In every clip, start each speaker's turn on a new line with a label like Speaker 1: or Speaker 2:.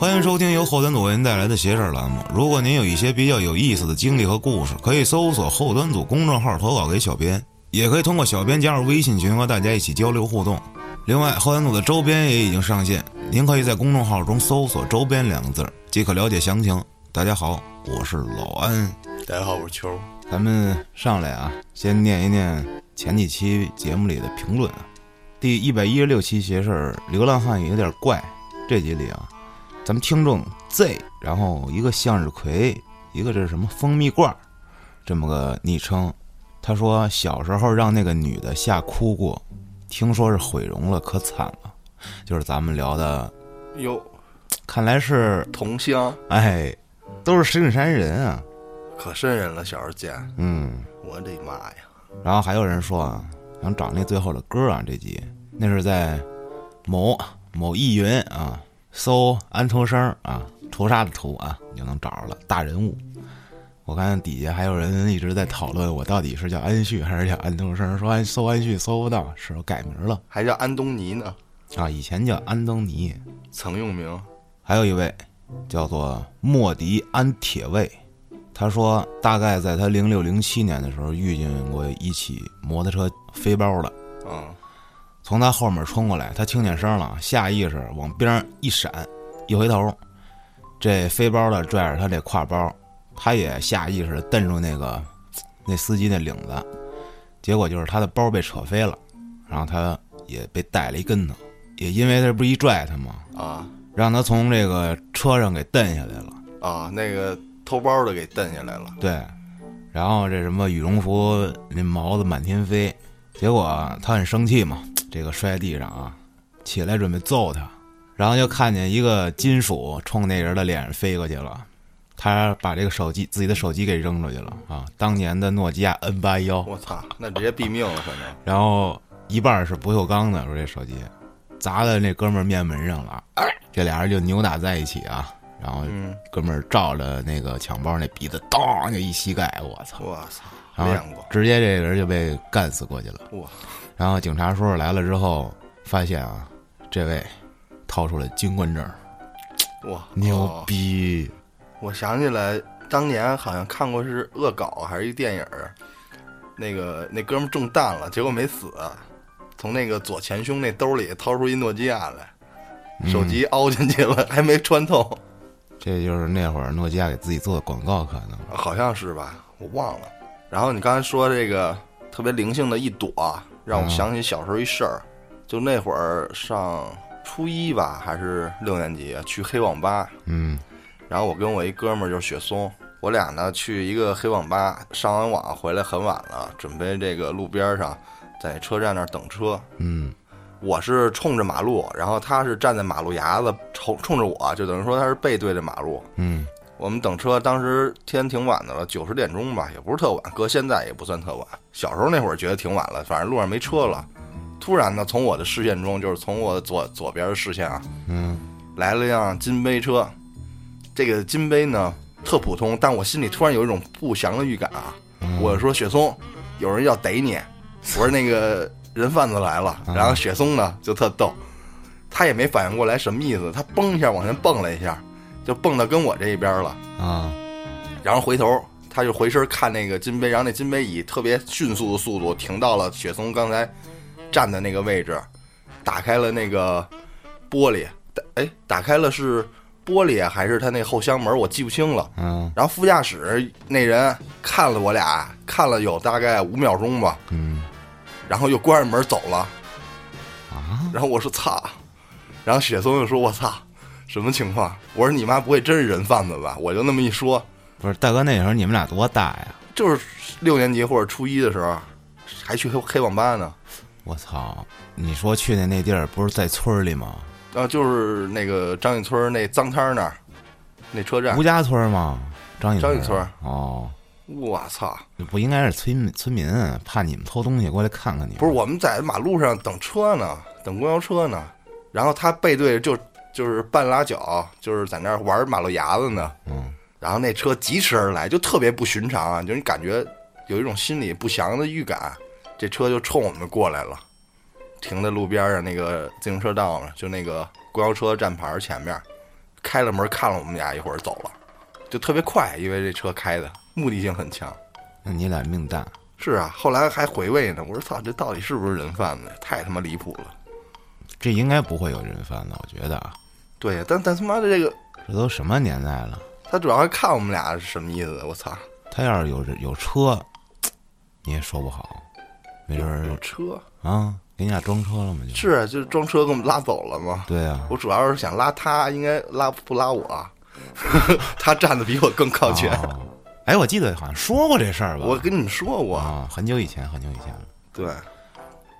Speaker 1: 您收听由后端组为您带来的“邪事儿”栏目。如果您有一些比较有意思的经历和故事，可以搜索后端组公众号投稿给小编，也可以通过小编加入微信群和大家一起交流互动。另外，后端组的周边也已经上线，您可以在公众号中搜索“周边”两个字儿即可了解详情。大家好，我是老安，
Speaker 2: 大家好，我是秋儿。
Speaker 1: 咱们上来啊，先念一念前几期节目里的评论啊。第一百一十六期邪事儿，流浪汉有点怪。这集里啊，咱们听众 Z，然后一个向日葵，一个这是什么蜂蜜罐儿，这么个昵称。他说小时候让那个女的吓哭过，听说是毁容了，可惨了。就是咱们聊的，
Speaker 2: 哟，
Speaker 1: 看来是
Speaker 2: 同乡
Speaker 1: 哎，都是石景山人啊。
Speaker 2: 可瘆人了，小时候见，
Speaker 1: 嗯，
Speaker 2: 我的妈呀！
Speaker 1: 然后还有人说啊，想找那最后的歌啊，这集那是在某某易云啊搜安徒生啊屠杀的屠啊，你就能找着了大人物。我看底下还有人一直在讨论我到底是叫安旭还是叫安徒生，说安搜安旭搜不到，是我改名了
Speaker 2: 还叫安东尼呢，
Speaker 1: 啊，以前叫安东尼。
Speaker 2: 曾用名。
Speaker 1: 还有一位叫做莫迪安铁卫，他说大概在他零六零七年的时候遇见过一起摩托车飞包的，
Speaker 2: 嗯，
Speaker 1: 从他后面冲过来，他听见声了，下意识往边上一闪，一回头，这飞包的拽着他这挎包，他也下意识地蹬住那个那司机那领子，结果就是他的包被扯飞了，然后他也被带了一跟头，也因为他不是一拽他吗？
Speaker 2: 啊
Speaker 1: 让他从这个车上给蹬下来了。
Speaker 2: 啊，那个偷包的给蹬下来了，
Speaker 1: 对，然后这什么羽绒服那毛子满天飞，结果他很生气嘛，这个摔地上啊，起来准备揍他，然后就看见一个金属冲那人的脸上飞过去了，他把这个手机自己的手机给扔出去了啊，当年的诺基亚 N 八幺，
Speaker 2: 我操，那直接毙命了，反正。
Speaker 1: 然后一半是不锈钢的，说这手机砸在那哥们儿面门上了，这俩人就扭打在一起啊，然后
Speaker 2: 嗯，
Speaker 1: 哥们儿照着那个抢包那鼻子，当就一膝盖，我操！
Speaker 2: 我操，
Speaker 1: 然后
Speaker 2: 练过，
Speaker 1: 直接这个人就被干死过去了。
Speaker 2: 哇，
Speaker 1: 然后警察叔叔来了之后，发现啊，这位掏出了军官证，
Speaker 2: 哇，
Speaker 1: 牛
Speaker 2: 哦
Speaker 1: 逼！
Speaker 2: 我想起来，当年好像看过是恶搞还是一电影儿，那个那哥们儿中弹了，结果没死，啊从那个左前胸那兜里掏出一诺基亚来，
Speaker 1: 嗯
Speaker 2: 手机凹进去了，还没穿透，
Speaker 1: 这就是那会儿诺基亚给自己做的广告，可能
Speaker 2: 好像是吧，我忘了。然后你刚才说这个特别灵性的一躲啊，让我想起小时候一事儿，就那会儿上初一吧，还是六年级，去黑网吧，
Speaker 1: 嗯
Speaker 2: 然后我跟我一哥们儿就是雪松，我俩呢去一个黑网吧，上完网回来很晚了，准备这个路边上，在车站那儿等车。
Speaker 1: 嗯
Speaker 2: 我是冲着马路，然后他是站在马路牙子冲冲着我，就等于说他是背对着马路。
Speaker 1: 嗯
Speaker 2: 我们等车，当时天挺晚的了，九十点钟吧，也不是特晚，搁现在也不算特晚。小时候那会儿觉得挺晚了，反正路上没车了。突然呢，从我的视线中，就是从我左左边的视线啊，
Speaker 1: 嗯
Speaker 2: 来了辆金杯车，这个金杯呢特普通，但我心里突然有一种不祥的预感啊！我说雪松，有人要逮你，我说那个人贩子来了，然后雪松呢就特逗，他也没反应过来什么意思，他嘣一下往前蹦了一下，就蹦到跟我这一边了，
Speaker 1: 啊
Speaker 2: 然后回头。他就回身看那个金杯，然后那金杯以特别迅速的速度停到了雪松刚才站的那个位置，打开了那个玻璃，打哎，打开了是玻璃啊还是他那后箱门，我记不清了。
Speaker 1: 嗯
Speaker 2: 然后副驾驶那人看了我俩，看了有大概五秒钟吧，
Speaker 1: 嗯
Speaker 2: 然后又关上门走了。
Speaker 1: 啊！
Speaker 2: 然后我说操，然后雪松又说我操，什么情况？我说你妈不会真是人贩子吧？我就那么一说，
Speaker 1: 不是大哥，那时候你们俩多大呀？
Speaker 2: 就是六年级或者初一的时候，还去黑黑网吧呢。
Speaker 1: 我操！你说去的那地儿不是在村儿里吗？
Speaker 2: 然后啊就是那个张家村那脏摊儿那儿，那车站
Speaker 1: 吴，家村儿吗？张
Speaker 2: 张
Speaker 1: 家
Speaker 2: 家村儿
Speaker 1: 哦。
Speaker 2: 我操！
Speaker 1: 不应该是村民村民怕你们偷东西过来看看你们？
Speaker 2: 不是，我们在马路上等车呢，等公交车呢，然后他背对着就就是半拉脚，就是在那儿玩马路牙子呢。
Speaker 1: 嗯，
Speaker 2: 然后那车疾驰而来，就特别不寻常啊，就你感觉有一种心理不祥的预感，这车就冲我们过来了，啊停在路边上那个自行车道上，就那个公交车站牌前面，开了门看了我们俩一会儿走了，就特别快，因为这车开的目的性很强。
Speaker 1: 那你俩命大，
Speaker 2: 是啊，后来还回味呢，我说操，这到底是不是人贩子？太他妈离谱了。
Speaker 1: 这应该不会有人贩子，我觉得啊，
Speaker 2: 对呀，但但他妈的这个，
Speaker 1: 这都什么年代了？
Speaker 2: 他主要还看我们俩是什么意思？我操，
Speaker 1: 他要是有人有车，你也说不好，没准
Speaker 2: 有
Speaker 1: 儿
Speaker 2: 车
Speaker 1: 啊，给你俩装车了嘛就。
Speaker 2: 是啊，就是装车给我们拉走了嘛。
Speaker 1: 对啊，
Speaker 2: 我主要是想拉他，应该拉不拉我？ 他站的比我更靠前。
Speaker 1: 哦哎，我记得好像说过这事儿吧？
Speaker 2: 我跟你们说过，
Speaker 1: 啊，很久以前，很久以前了。
Speaker 2: 对，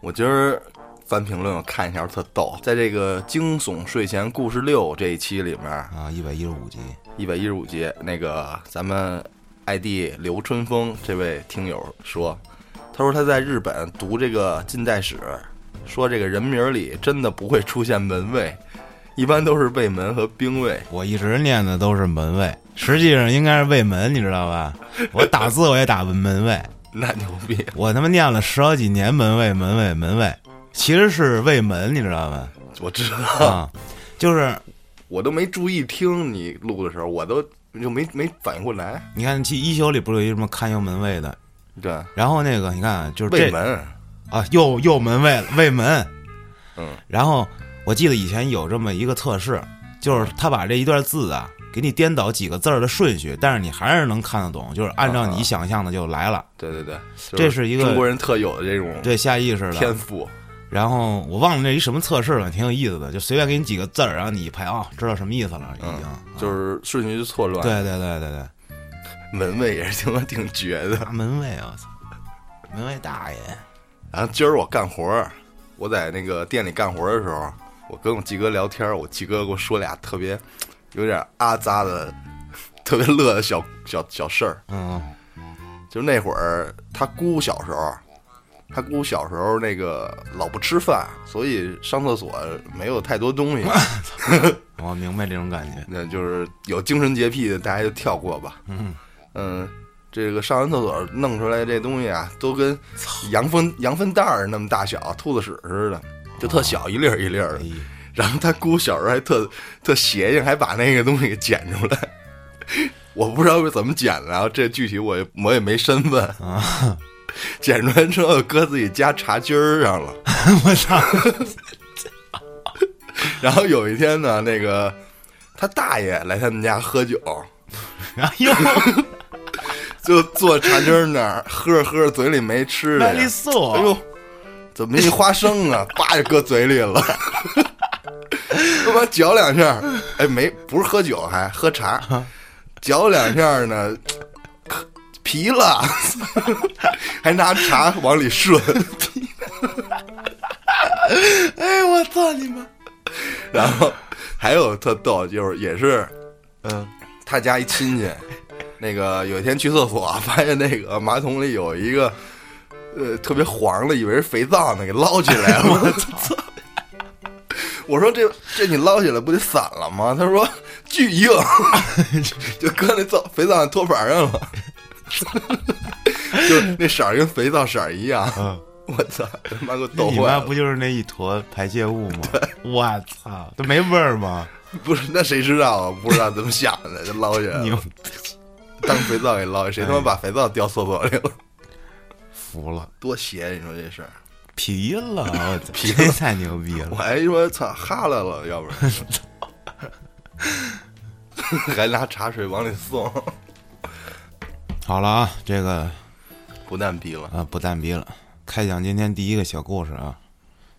Speaker 2: 我今儿翻评论我看一下，特逗。在这个惊悚睡前故事六这一期里面，
Speaker 1: 啊，一百一十五集，
Speaker 2: 一百一十五集，那个咱们 ID 刘春风这位听友说，他说他在日本读这个近代史，说这个人名里真的不会出现门卫，一般都是卫门和兵卫。
Speaker 1: 我一直念的都是门卫，实际上应该是卫门，你知道 吧？我打字我也打门卫，
Speaker 2: 那牛逼！
Speaker 1: 我他妈念了十好几年门卫，门卫，门卫，其实是卫门，你知道吗？
Speaker 2: 我知道，
Speaker 1: 啊，就是
Speaker 2: 我都没注意听你录的时候，我都就没没反应过来。
Speaker 1: 你看，其实一休里不是有一什么堪忧门卫的，
Speaker 2: 对，
Speaker 1: 然后那个你看啊就是这
Speaker 2: 卫门，
Speaker 1: 啊，又又门卫了，卫门。
Speaker 2: 嗯，
Speaker 1: 然后我记得以前有这么一个测试，就是他把这一段字啊给你颠倒几个字儿的顺序，但是你还是能看得懂，就是按
Speaker 2: 啊
Speaker 1: 照你想象的就来了，
Speaker 2: 对对对，就
Speaker 1: 这是一个
Speaker 2: 中国人特有的这种
Speaker 1: 对，下意识的
Speaker 2: 天。赋。
Speaker 1: 然后我忘了那一什么测试了，挺有意思的，就随便给你几个字儿，然后你一排啊、知道什么意思了，已经。
Speaker 2: 嗯
Speaker 1: 啊
Speaker 2: 就是是顺序就错乱，
Speaker 1: 对对对对对，
Speaker 2: 门卫也是他妈挺绝的。
Speaker 1: 大门卫啊，我操，门卫大爷，
Speaker 2: 然后今儿我干活儿，我在那个店里干活儿的时候，我跟我鸡哥聊天儿，我鸡哥给我说俩特别有点阿扎的、特别乐的小小小事儿。
Speaker 1: 嗯
Speaker 2: 就是那会儿他姑小时候，他姑小时候那个老不吃饭，所以上厕所没有太多东西，
Speaker 1: 我明白这种感觉，
Speaker 2: 那就是有精神洁癖的大家就跳过吧。
Speaker 1: 嗯，
Speaker 2: 嗯，这个上完厕所弄出来这东西啊，都跟羊粪羊粪蛋儿那么大小，兔子屎似的，就特小，一粒儿一粒儿
Speaker 1: 哎
Speaker 2: 的。
Speaker 1: 呀
Speaker 2: 然后他姑小时候还特特邪性，还把那个东西给捡出来。 我不知道是怎么捡的，然后这具体我也我也没身份
Speaker 1: 啊。
Speaker 2: 捡出来之后搁自己家茶几儿上了。
Speaker 1: 我操，
Speaker 2: 然后有一天呢，那个他大爷来他们家喝酒，
Speaker 1: 哎呦，
Speaker 2: 就坐茶几儿那儿喝着喝着，嘴里没吃
Speaker 1: 麦
Speaker 2: 的
Speaker 1: 丽
Speaker 2: 呀，
Speaker 1: 素，
Speaker 2: 哎呦，怎么一花生啊，叭就搁嘴里了，他妈嚼两下儿，哎，没不是喝酒还喝茶，嚼两下儿呢，皮了， 还拿茶往里顺，
Speaker 1: 哎，我操你妈！
Speaker 2: 然后还有特逗，就是也是
Speaker 1: 嗯，
Speaker 2: 他家一亲戚，那个有一天去厕所，发现那个马桶里有一个，呃，特别黄的，以为是肥皂呢，给捞起来了。我操！我说这这你捞起来不得散了吗？他说巨硬，就搁那皂肥皂托盘上了， 就那色儿跟肥皂色儿一样。
Speaker 1: 嗯
Speaker 2: 我操，他妈给我
Speaker 1: 那
Speaker 2: 逗
Speaker 1: 你
Speaker 2: 坏
Speaker 1: 妈
Speaker 2: 了！
Speaker 1: 不就是那一坨排泄物吗？我操，都没味儿吗？
Speaker 2: 不是，那谁知道啊？不知道怎么想的，就捞起来 了
Speaker 1: 你们
Speaker 2: 当肥皂给捞，谁他妈把肥皂掉厕所里了？
Speaker 1: 服了，
Speaker 2: 多邪！你说这事儿，
Speaker 1: 皮了，我操，
Speaker 2: 皮了
Speaker 1: 这太牛逼了！
Speaker 2: 我还说操哈了了，要不然 还拿茶水往里送，
Speaker 1: 好了啊，这个
Speaker 2: 不但逼了。
Speaker 1: 啊不蛋逼了，开讲今天第一个小故事啊，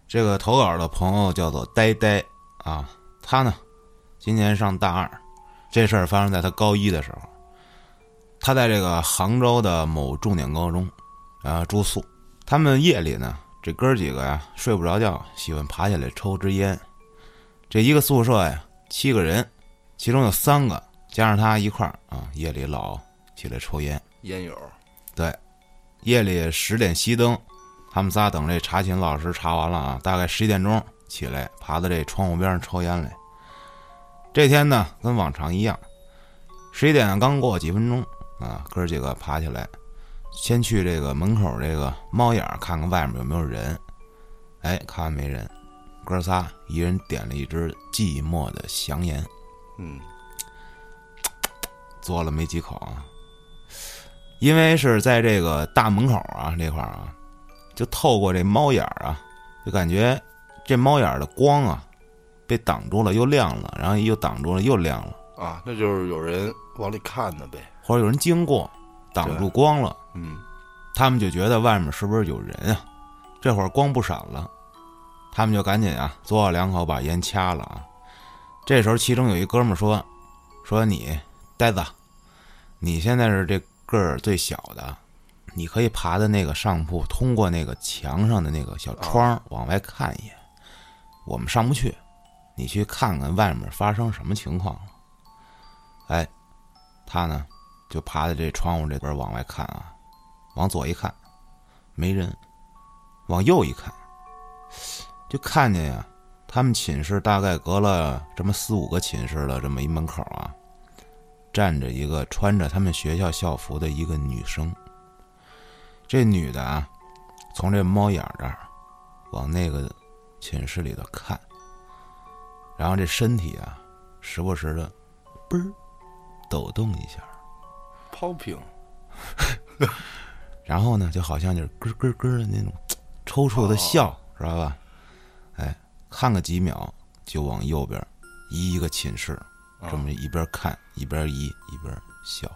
Speaker 1: 这个投稿的朋友叫做呆呆啊，他呢今年上大二，这事儿发生在他高一的时候，他在这个杭州的某重点高中啊住宿，他们夜里呢这哥儿几个呀睡不着觉，喜欢爬起来抽支烟，这一个宿舍呀七个人，其中有三个加上他一块儿啊夜里老起来抽烟。
Speaker 2: 烟友，
Speaker 1: 夜里十点熄灯，他们仨等这查寝老师查完了啊，大概十一点钟起来，爬到这窗户边上抽烟来。这天呢，跟往常一样，十一点刚过几分钟啊，哥儿几个爬起来，先去这个门口这个猫眼儿看看外面有没有人。哎，看完没人，哥仨一人点了一支《寂寞的祥烟》，
Speaker 2: 嗯
Speaker 1: 嘬了没几口啊，因为是在这个大门口啊这块儿啊，就透过这猫眼儿啊，就感觉这猫眼儿的光啊被挡住了，又亮了，然后又挡住了，又亮了，
Speaker 2: 啊，那就是有人往里看呢呗。
Speaker 1: 或者有人经过挡住光了，
Speaker 2: 嗯
Speaker 1: 他们就觉得外面是不是有人啊？这会儿光不闪了，他们就赶紧啊嘬了两口，把烟掐了啊。这时候，其中有一哥们儿说：“说你呆子，你现在是这个儿最小的，你可以爬到那个上铺，通过那个墙上的那个小窗往外看一眼。我们上不去，你去看看外面发生什么情况了。”哎，他呢就爬到这窗户这边往外看啊，往左一看，没人；往右一看，就看见呀、他们寝室大概隔了这么四五个寝室的这么一门口啊，站着一个穿着他们学校校服的一个女生。这女的啊，从这猫眼儿这儿往那个寝室里头看，然后这身体啊，时不时的嘣儿抖动一下。
Speaker 2: ，popping
Speaker 1: 然后呢，就好像就是咯咯咯的那种嘖抽搐的笑，知道吧？哎，看个几秒就往右边移一个寝室，
Speaker 2: 啊
Speaker 1: 这么一边看一边移一边笑。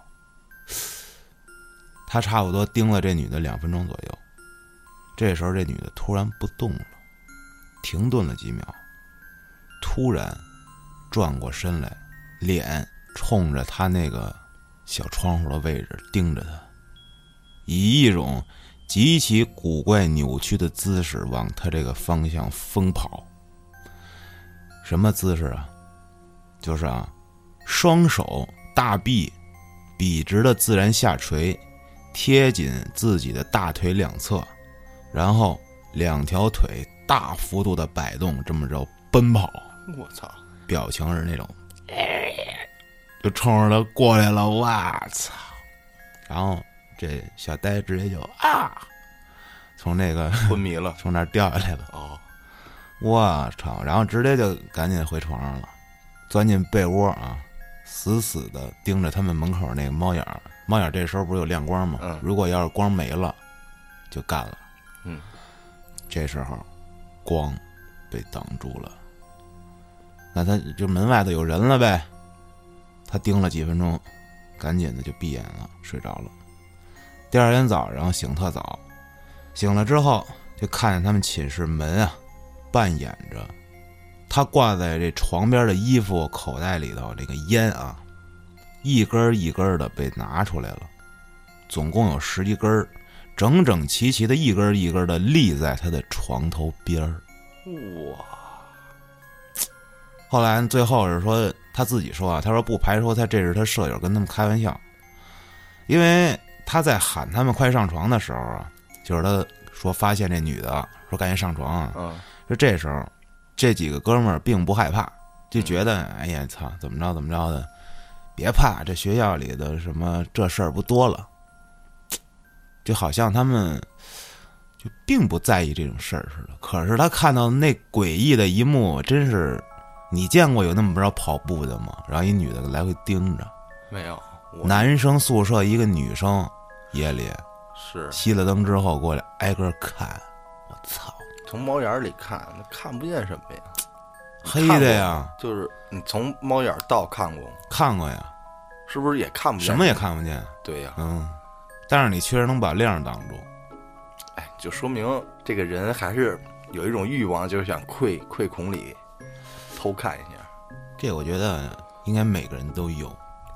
Speaker 1: 他差不多盯了这女的两分钟左右，这时候这女的突然不动了，停顿了几秒，突然转过身来，脸冲着他那个小窗户的位置盯着他。以一种极其古怪扭曲的姿势往他这个方向疯跑。什么姿势啊？就是啊，双手大臂笔直的自然下垂，贴紧自己的大腿两侧，然后两条腿大幅度的摆动，这么着奔跑，
Speaker 2: 我操，
Speaker 1: 表情是那种，就冲着他过来了，我操！然后这小呆直接就啊，从那个
Speaker 2: 昏迷 了
Speaker 1: 从那儿掉下来了，
Speaker 2: 哦，
Speaker 1: 我操！然后直接就赶紧回床上了，钻进被窝啊，死死的盯着他们门口那个猫眼儿。猫眼儿这时候不是有亮光吗？
Speaker 2: 嗯
Speaker 1: 如果要是光没了，就干了。
Speaker 2: 嗯，
Speaker 1: 这时候光被挡住了，那他就门外头有人了呗。他盯了几分钟，赶紧的就闭眼了，睡着了。第二天早上醒特早，醒了之后就看见他们寝室门啊半掩着，他挂在这床边的衣服口袋里头这个烟啊，一根儿一根儿的被拿出来了，总共有十一根儿，整整齐齐的一根儿一根儿的立在他的床头边儿。
Speaker 2: 哇，
Speaker 1: 后来最后是说他自己说啊，他说不排除他这是他舍友跟他们开玩笑，因为他在喊他们快上床的时候啊，就是他说发现这女的说赶紧上床啊，
Speaker 2: 嗯
Speaker 1: 说这时候这几个哥们儿并不害怕，
Speaker 2: 嗯
Speaker 1: 就觉得哎呀操怎么着怎么着的，别怕，这学校里的什么这事儿不多了，就好像他们就并不在意这种事儿似的。可是他看到那诡异的一幕，真是你见过有那么着跑步的吗？然后一女的来回盯着，
Speaker 2: 没有，我
Speaker 1: 男生宿舍一个女生夜里
Speaker 2: 是
Speaker 1: 熄了灯之后过来挨个看，我操，
Speaker 2: 从猫眼儿里看，那看不见什么呀？
Speaker 1: 黑
Speaker 2: 看过
Speaker 1: 的呀，
Speaker 2: 就是你从猫眼儿到看过吗？
Speaker 1: 看过呀，
Speaker 2: 是不是也看不见？
Speaker 1: 什么也看不见。
Speaker 2: 对呀、
Speaker 1: 嗯，但是你确实能把亮挡住。
Speaker 2: 哎，就说明这个人还是有一种欲望，就是想窥窥孔里偷看一下。
Speaker 1: 这我觉得应该每个人都有。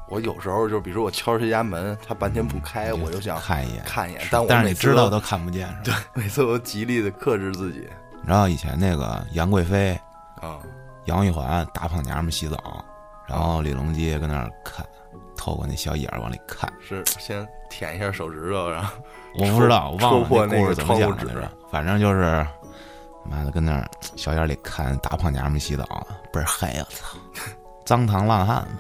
Speaker 2: 我有时候就比如说我敲谁家门，他半天不
Speaker 1: 嗯
Speaker 2: 开，我就想
Speaker 1: 看一眼，
Speaker 2: 看一眼
Speaker 1: 是，
Speaker 2: 但
Speaker 1: 但
Speaker 2: 我
Speaker 1: 是你
Speaker 2: 每次
Speaker 1: 知道
Speaker 2: 都
Speaker 1: 都看不见，是吧？ 对。
Speaker 2: 每次我极力的克制自己
Speaker 1: 你知道以前那个杨贵妃、
Speaker 2: 啊，
Speaker 1: 杨玉环大胖娘们洗澡，然后李隆基跟那儿看，透过那小眼儿往里看。
Speaker 2: 是先舔一下手指头，然后
Speaker 1: 我不知道，我忘
Speaker 2: 戳
Speaker 1: 了
Speaker 2: 破
Speaker 1: 故
Speaker 2: 那个
Speaker 1: 事怎么
Speaker 2: 窗户
Speaker 1: 讲的
Speaker 2: 纸
Speaker 1: 来着，反正就是，妈的跟那儿小眼儿里看大胖娘们洗澡，倍儿嗨呀！操， 脏唐烂汉嘛。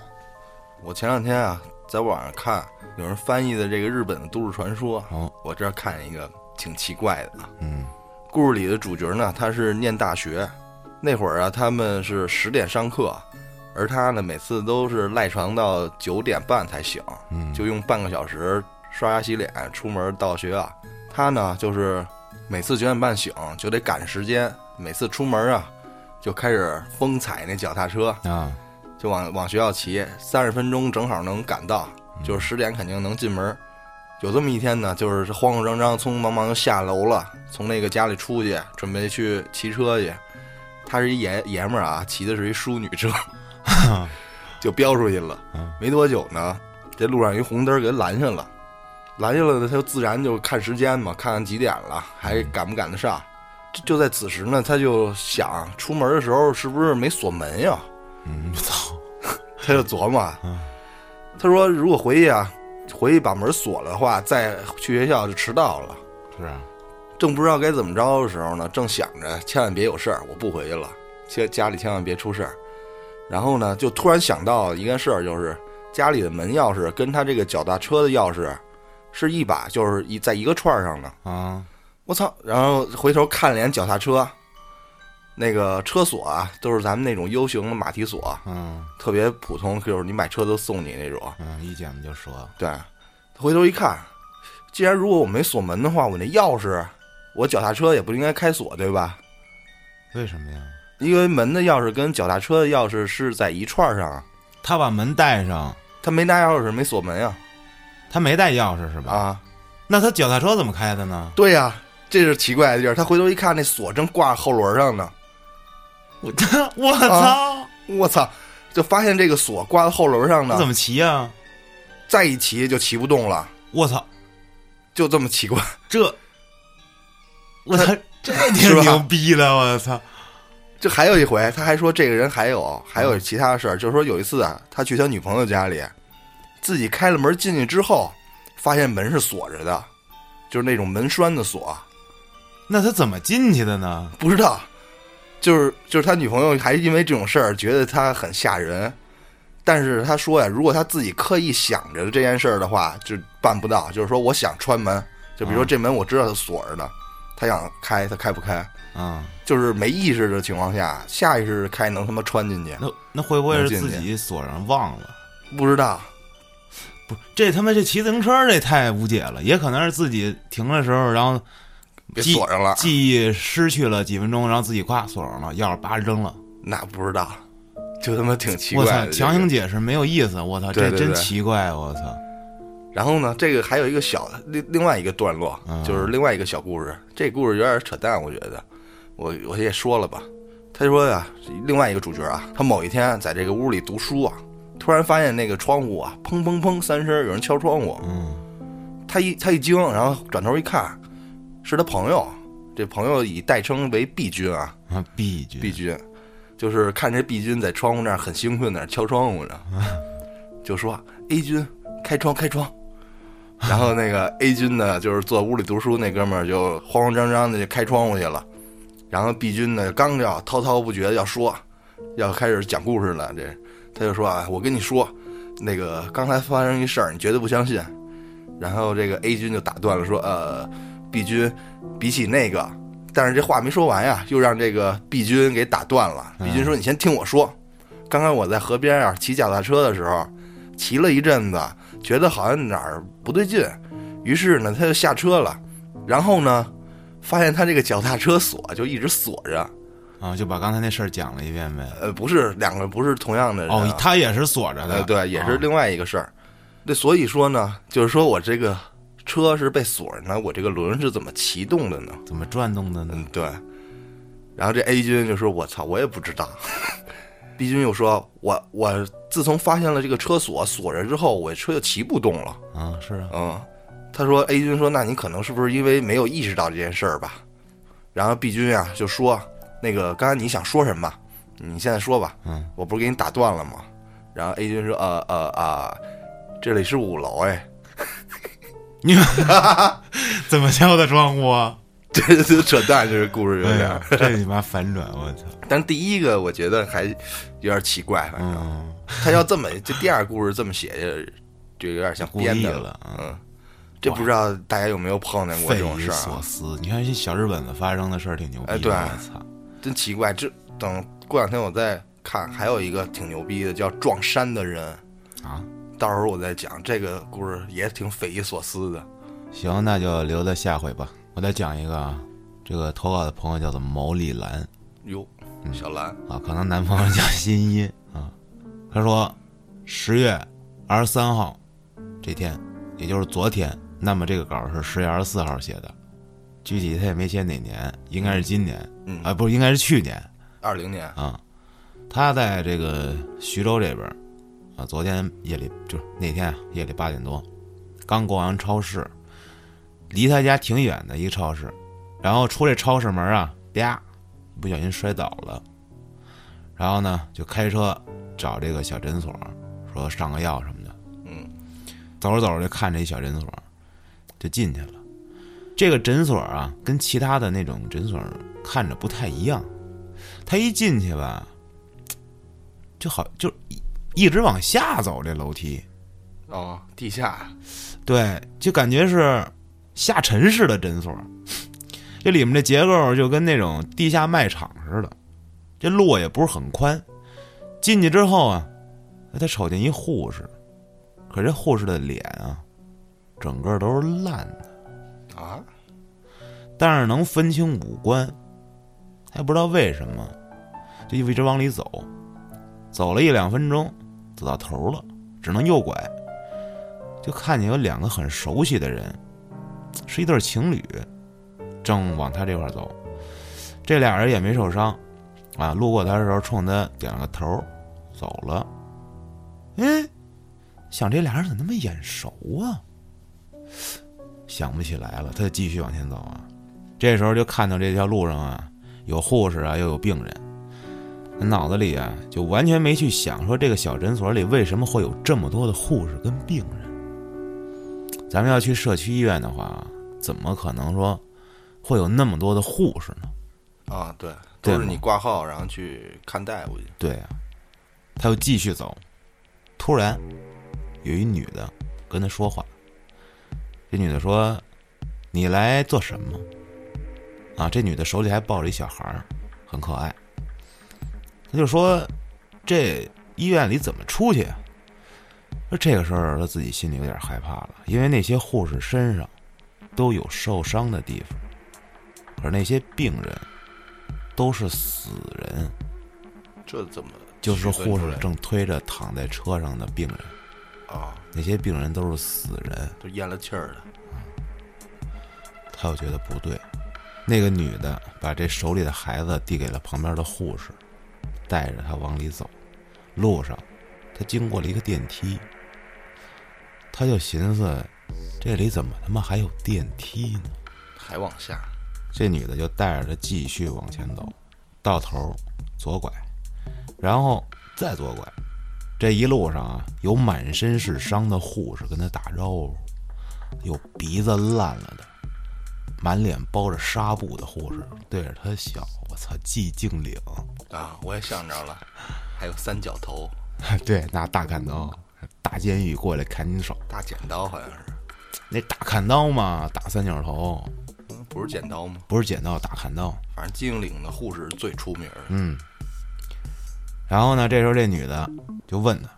Speaker 2: 我前两天啊，在网上看有人翻译的这个日本的都市传说，
Speaker 1: 哦
Speaker 2: 我这儿看见一个挺奇怪的啊。
Speaker 1: 嗯
Speaker 2: 故事里的主角呢，他是念大学，那会儿啊，他们是十点上课，而他呢，每次都是赖床到九点半才醒，
Speaker 1: 嗯，
Speaker 2: 就用半个小时刷牙洗脸，出门到学校。他呢，就是每次九点半醒就得赶时间，每次出门啊，就开始疯踩那脚踏车，
Speaker 1: 啊，
Speaker 2: 就往往学校骑，三十分钟正好能赶到，
Speaker 1: 嗯
Speaker 2: 就是十点肯定能进门。有这么一天呢，就是慌慌张张、匆匆忙忙就下楼了，从那个家里出去，准备去骑车去。他是一爷爷们儿啊，骑的是一淑女车，就飙出去了
Speaker 1: 嗯。
Speaker 2: 没多久呢，这路上一红灯给拦下了，拦下了呢，他就自然就看时间嘛，看看几点了，还赶不赶得上。就就在此时呢，他就想出门的时候是不是没锁门呀、
Speaker 1: 嗯， 操，
Speaker 2: 他就琢磨啊
Speaker 1: 嗯，
Speaker 2: 他说如果回去啊，回去把门锁了的话，再去学校就迟到了。
Speaker 1: 是啊，
Speaker 2: 正不知道该怎么着的时候呢，正想着千万别有事儿，我不回去了，家家里千万别出事儿。然后呢，就突然想到一件事儿，就是家里的门钥匙跟他这个脚踏车的钥匙是一把，就是一在一个串儿上的。
Speaker 1: 啊，
Speaker 2: 我操！然后回头看了眼脚踏车，那个车锁啊，都是咱们那种 U 型的马蹄锁，
Speaker 1: 嗯
Speaker 2: 特别普通，就是你买车都送你那种。
Speaker 1: 嗯，一见就说，
Speaker 2: 对，他回头一看，既然如果我没锁门的话，我那钥匙，我脚踏车也不应该开锁，对吧？
Speaker 1: 为什么呀？
Speaker 2: 因为门的钥匙跟脚踏车的钥匙是在一串儿上，啊
Speaker 1: 他把门带上，
Speaker 2: 他没拿钥匙，没锁门呀、
Speaker 1: 他没带钥匙是吧？
Speaker 2: 啊，
Speaker 1: 那他脚踏车怎么开的呢？
Speaker 2: 对呀、这是奇怪的地儿。他回头一看，那锁正挂后轮上呢，
Speaker 1: 我我
Speaker 2: 啊，我操！就发现这个锁挂在后轮上
Speaker 1: 那怎
Speaker 2: 呢，
Speaker 1: 么骑呀、
Speaker 2: 再一骑就骑不动了，
Speaker 1: 我操，
Speaker 2: 就这么奇怪。
Speaker 1: 这，我操，这
Speaker 2: 是
Speaker 1: 挺
Speaker 2: 吧
Speaker 1: 牛逼的，我操，
Speaker 2: 这还有一回，他还说这个人还有还有其他事儿，就是说有一次啊，他去他女朋友家里，自己开了门进去之后，发现门是锁着的，就是那种门栓的锁，
Speaker 1: 那他怎么进去的呢？
Speaker 2: 不知道，就是就是他女朋友还因为这种事儿觉得他很吓人，但是他说呀、如果他自己刻意想着这件事儿的话，就办不到。就是说，我想穿门，就比如说这门我知道它锁着的，他想开他开不开，
Speaker 1: 啊，
Speaker 2: 就是没意识的情况下，下意识开能他妈穿进去。
Speaker 1: 那那会不会是
Speaker 2: 能进
Speaker 1: 自
Speaker 2: 去
Speaker 1: 己锁上忘了？
Speaker 2: 不知道，
Speaker 1: 不是，这他妈这骑自行车这太无解了，也可能是自己停的时候，然后
Speaker 2: 别
Speaker 1: 记
Speaker 2: 锁上了，
Speaker 1: 记忆失去了几分钟，然后自己咵锁上了，钥匙叭扔了。
Speaker 2: 那不知道，就他妈挺奇
Speaker 1: 我
Speaker 2: 怪
Speaker 1: 操，
Speaker 2: 的。
Speaker 1: 强行
Speaker 2: 姐。
Speaker 1: 解释没有意思，我操，
Speaker 2: 对
Speaker 1: 这
Speaker 2: 对
Speaker 1: 真
Speaker 2: 对
Speaker 1: 奇怪，我操，
Speaker 2: 然后呢，这个还有一个小的另另外一个段落，
Speaker 1: 嗯
Speaker 2: 就是另外一个小故事。这故事有点扯淡，我觉得，我我也说了吧。他说呀、另外一个主角啊，他某一天在这个屋里读书啊，突然发现那个窗户啊，砰砰砰三声，有人敲窗户。
Speaker 1: 嗯
Speaker 2: 他一他一惊，然后转头一看，是他朋友。这朋友以代称为 B 君啊，
Speaker 1: 啊，B 句
Speaker 2: B 君，就是看这 B 君在窗户那儿很兴奋，在那儿敲窗户呢，就说 A 君开窗开窗。然后那个 A 君呢，就是坐屋里读书那哥们儿就慌慌张张的就开窗户去了。然后 B 君呢，刚要滔滔不绝要说，要开始讲故事了，这他就说啊，我跟你说，那个刚才发生一事儿，你绝对不相信。然后这个 A 君就打断了，说呃，B 君比起那个，但是这话没说完呀，又让这个 B 君给打断了。B
Speaker 1: 嗯
Speaker 2: 君说：“你先听我说，刚刚我在河边啊骑脚踏车的时候，骑了一阵子，觉得好像哪儿不对劲，于是呢他就下车了，然后呢，发现他这个脚踏车锁就一直锁着，
Speaker 1: 啊，就把刚才那事儿讲了一遍呗。
Speaker 2: 呃，不是两个不是同样的人啊、
Speaker 1: 哦，他也是锁着的，
Speaker 2: 呃，对，也是
Speaker 1: 啊
Speaker 2: 另外一个事儿。那所以说呢，就是说我这个车是被锁着呢，我这个轮是怎么骑动的呢？
Speaker 1: 怎么转动的呢
Speaker 2: 嗯？，对。然后这 A 君就说：“我操，我也不知道。”B 君又说：“我我自从发现了这个车锁锁着之后，我车就骑不动了。
Speaker 1: 啊，是啊”，
Speaker 2: 嗯，他说：“A 君说，那你可能是不是因为没有意识到这件事儿吧？”然后 B 君啊就说：“那个刚才你想说什么？你现在说吧。
Speaker 1: 嗯，
Speaker 2: 我不是给你打断了吗？”然后 A 君说：“呃呃啊，这里是五楼哎。”
Speaker 1: 你怎么敲的窗户啊？
Speaker 2: 这这扯淡，这个故事有
Speaker 1: 哎
Speaker 2: 点
Speaker 1: 呀
Speaker 2: 儿。，
Speaker 1: 这你妈反转，我 操！
Speaker 2: 但第一个我觉得还有点儿奇怪，反啊正。
Speaker 1: 嗯，
Speaker 2: 他要这么这第二故事这么写，就有点像
Speaker 1: 故
Speaker 2: 编
Speaker 1: 意
Speaker 2: 的
Speaker 1: 了，嗯
Speaker 2: 嗯，这不知道大家有没有碰见过
Speaker 1: 匪
Speaker 2: 这种
Speaker 1: 夷
Speaker 2: 事儿、
Speaker 1: 所
Speaker 2: 啊？
Speaker 1: 思。你看这小日本子发生的事儿挺牛逼的，
Speaker 2: 哎对
Speaker 1: 我操！
Speaker 2: 真奇怪。这等过两天我再看还有一个挺牛逼的，叫撞山的人，
Speaker 1: 啊。
Speaker 2: 到时候我再讲这个故事，也挺匪夷所思的。
Speaker 1: 行，那就留到下回吧。我再讲一个啊，这个投稿的朋友叫做毛丽兰
Speaker 2: 哟，小兰，
Speaker 1: 啊，可能南方人叫新一啊。他说，十月二十三号这天，也就是昨天，那么这个稿是十月二十四号写的，具体他也没写哪年，应该是今年，
Speaker 2: 嗯
Speaker 1: 啊，不是，应该是去年，
Speaker 2: 二零年，
Speaker 1: 啊，他在这个徐州这边儿啊，昨天夜里就是那天啊，夜里八点多，刚逛完超市，离他家挺远的一个超市，然后出这超市门啊，啪，不小心摔倒了，然后呢就开车找这个小诊所，说上个药什么的，
Speaker 2: 嗯，
Speaker 1: 走着走着就看这一小诊所，就进去了。这个诊所啊，跟其他的那种诊所看着不太一样，他一进去吧，就好就一一直往下走这楼梯，
Speaker 2: 哦，地下，
Speaker 1: 对，就感觉是下沉式的诊所，这里面的结构就跟那种地下卖场似的，这路也不是很宽。进去之后啊，哎他瞅见一护士，可这护士的脸啊，整个都是烂的，
Speaker 2: 啊，
Speaker 1: 但是能分清五官，他也不知道为什么，就一直往里走，走了一两分钟，走到头了，只能右拐，就看见有两个很熟悉的人，是一对情侣，正往他这块儿走。这俩人也没受伤，啊，路过他的时候冲他点了个头，走了。哎，想这俩人怎么那么眼熟啊？想不起来了，他就继续往前走啊。这时候就看到这条路上啊，有护士啊，又有病人。他脑子里啊，就完全没去想说这个小诊所里为什么会有这么多的护士跟病人。咱们要去社区医院的话，怎么可能说会有那么多的护士呢？
Speaker 2: 啊，对，
Speaker 1: 对
Speaker 2: 都是
Speaker 1: 吗
Speaker 2: 你挂号然后去看大夫去，
Speaker 1: 对呀、他又继续走，突然有一女的跟他说话。这女的说：“你来做什么？”啊，这女的手里还抱着一小孩儿，很可爱。他就说：“这医院里怎么出去、啊？”说这个时候他自己心里有点害怕了，因为那些护士身上都有受伤的地方，可是那些病人都是死人。
Speaker 2: 这怎么
Speaker 1: 就是
Speaker 2: 区分
Speaker 1: 护
Speaker 2: 出
Speaker 1: 士
Speaker 2: 来
Speaker 1: 正推着躺在车上的病人，
Speaker 2: 啊，
Speaker 1: 那些病人都是死人，
Speaker 2: 都咽了气儿了，
Speaker 1: 他又觉得不对。那个女的把这手里的孩子递给了旁边的护士，带着他往里走。路上，他经过了一个电梯，他就寻思，这里怎么他妈还有电梯呢？
Speaker 2: 还往下，
Speaker 1: 这女的就带着他继续往前走，到头左拐，然后再左拐。这一路上啊，有满身是伤的护士跟他打招呼，有鼻子烂了的，满脸包着纱布的护士对着他笑。我操，寂静岭，
Speaker 2: 啊，我也想着了，还有三角头、
Speaker 1: 对，拿大砍刀，大监狱过来砍你手，
Speaker 2: 大剪刀，好像是，
Speaker 1: 那大砍刀嘛，打三角头，
Speaker 2: 嗯不是剪刀吗？
Speaker 1: 不是剪刀，大砍刀。
Speaker 2: 反正寂静岭的护士最出名儿的，
Speaker 1: 嗯然后呢，这时候这女的就问他：“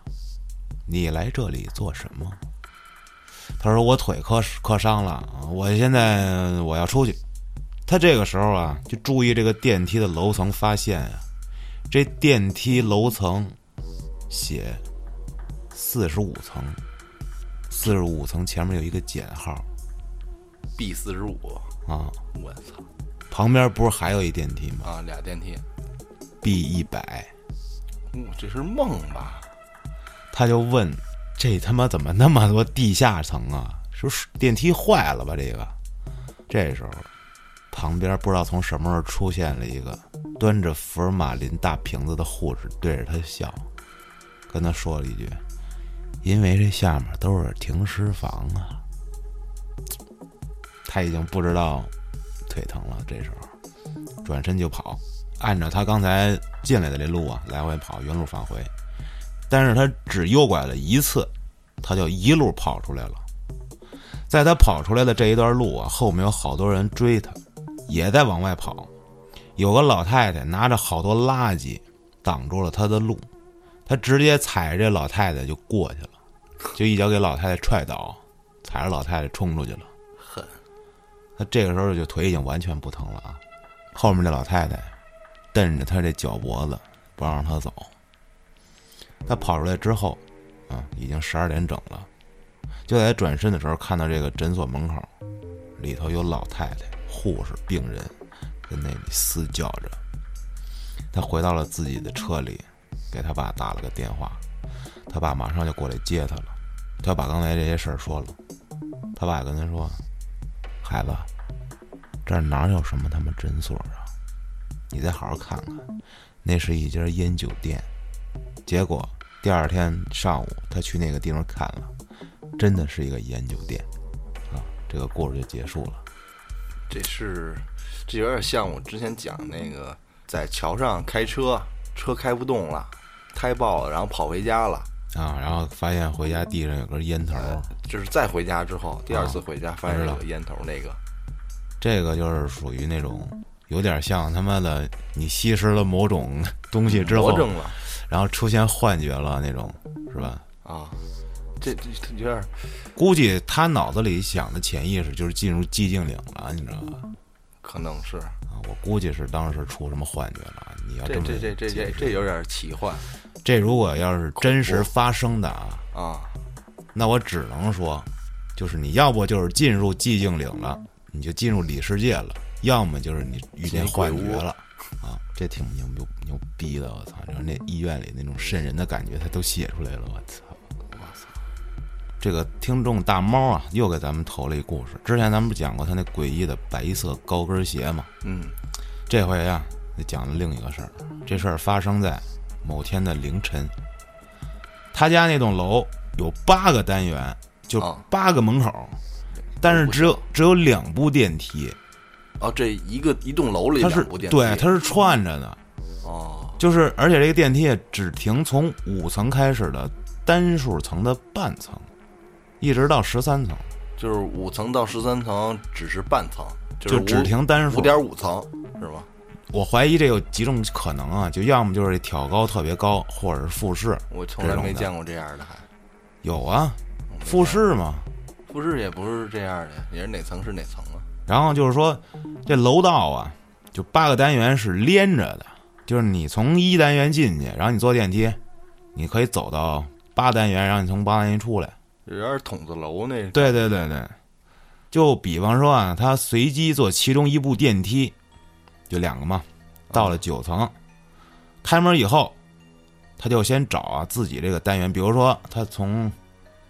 Speaker 1: 你来这里做什么？”他说：“我腿磕磕伤了，我现在我要出去。”他这个时候啊，就注意这个电梯的楼层，发现啊，这电梯楼层写四十五层，四十五层前面有一个减号
Speaker 2: B 四十五，
Speaker 1: 啊，
Speaker 2: 我操
Speaker 1: 旁边不是还有一电梯吗
Speaker 2: 啊，俩电梯，
Speaker 1: ？B 一百，
Speaker 2: 嗯，这是梦吧？
Speaker 1: 他就问：“这他妈怎么那么多地下层啊？是不是电梯坏了吧？”这个，这时候，旁边不知道从什么时候出现了一个端着福尔马林大瓶子的护士，对着他笑，跟他说了一句：“因为这下面都是停尸房啊。”他已经不知道腿疼了，这时候转身就跑，按照他刚才进来的这路啊，来回跑，原路返回。但是他只右拐了一次，他就一路跑出来了。在他跑出来的这一段路啊，后面有好多人追他，也在往外跑。有个老太太拿着好多垃圾，挡住了他的路，他直接踩着这老太太就过去了，就一脚给老太太踹倒，踩着老太太冲出去了。
Speaker 2: 狠，
Speaker 1: 他这个时候就腿已经完全不疼了啊，后面这老太太蹬着他这脚脖子不让他走。他跑出来之后，啊，已经十二点整了。就在他转身的时候，看到这个诊所门口里头有老太太、护士、病人跟那里嘶叫着。他回到了自己的车里，给他爸打了个电话，他爸马上就过来接他了。他把刚才这些事儿说了，他爸也跟他说：“孩子，这儿哪有什么他妈诊所啊？你再好好看看，那是一家烟酒店。”结果第二天上午，他去那个地方看了，真的是一个烟酒店，啊，这个故事就结束了。
Speaker 2: 这是这有点像我之前讲那个在桥上开车，车开不动了，胎爆了，然后跑回家了。
Speaker 1: 啊，然后发现回家地上有根烟头，
Speaker 2: 哎就是再回家之后，第二
Speaker 1: 啊
Speaker 2: 次回家发现
Speaker 1: 知
Speaker 2: 有
Speaker 1: 道
Speaker 2: 个烟头那个，
Speaker 1: 这个就是属于那种有点像他妈的你吸食了某种东西之
Speaker 2: 魔
Speaker 1: 后，
Speaker 2: 怔了
Speaker 1: 然后出现幻觉了那种，是吧？
Speaker 2: 啊！这这这有点
Speaker 1: 估计他脑子里想的潜意识就是进入寂静岭了，你知道吧？
Speaker 2: 可能是
Speaker 1: 啊，我估计是当时出什么幻觉了。你要
Speaker 2: 这
Speaker 1: 么
Speaker 2: 这这这
Speaker 1: 解
Speaker 2: 这
Speaker 1: 释
Speaker 2: 这有点奇幻
Speaker 1: 这如果要是真实发生的啊，
Speaker 2: 啊！
Speaker 1: 那我只能说，就是你要不就是进入寂静岭了，你就进入里世界了；要么就是你遇见幻觉了。啊，这挺牛牛牛逼的，我操！就是那医院里那种瘆人的感觉，他都写出来了，我操！
Speaker 2: 我操，
Speaker 1: 这个听众大猫啊，又给咱们投了一故事。之前咱们不讲过他那诡异的白色高跟鞋吗？
Speaker 2: 嗯，
Speaker 1: 这回啊，就讲了另一个事儿。这事儿发生在某天的凌晨。他家那栋楼有八个单元，就
Speaker 2: 哦
Speaker 1: 八个门口，但是只有只有两部电梯，
Speaker 2: 哦，这一个一栋楼里
Speaker 1: 它是
Speaker 2: 两部电梯，
Speaker 1: 对，它是串着的，
Speaker 2: 哦，
Speaker 1: 就是而且这个电梯也只停从五层开始的单数层的半层，一直到十三层，
Speaker 2: 就是五层到十三层只是半层，
Speaker 1: 就是只停单数
Speaker 2: 五。点五层是吗？
Speaker 1: 我怀疑这有几种可能啊，就要么就是这挑高特别高，或者是复式。
Speaker 2: 我从来
Speaker 1: 这
Speaker 2: 没
Speaker 1: 种的
Speaker 2: 见过这样的，还
Speaker 1: 有啊，复式嘛。
Speaker 2: 复式也不是这样的，也是哪层是哪层啊？
Speaker 1: 然后就是说，这楼道啊，就八个单元是连着的，就是你从一单元进去，然后你坐电梯，你可以走到八单元，然后你从八单元出来。
Speaker 2: 有点筒子楼那
Speaker 1: 对对对对，就比方说啊，他随机坐其中一部电梯，就两个嘛，到了九层，开门以后，他就先找啊自己这个单元，比如说他从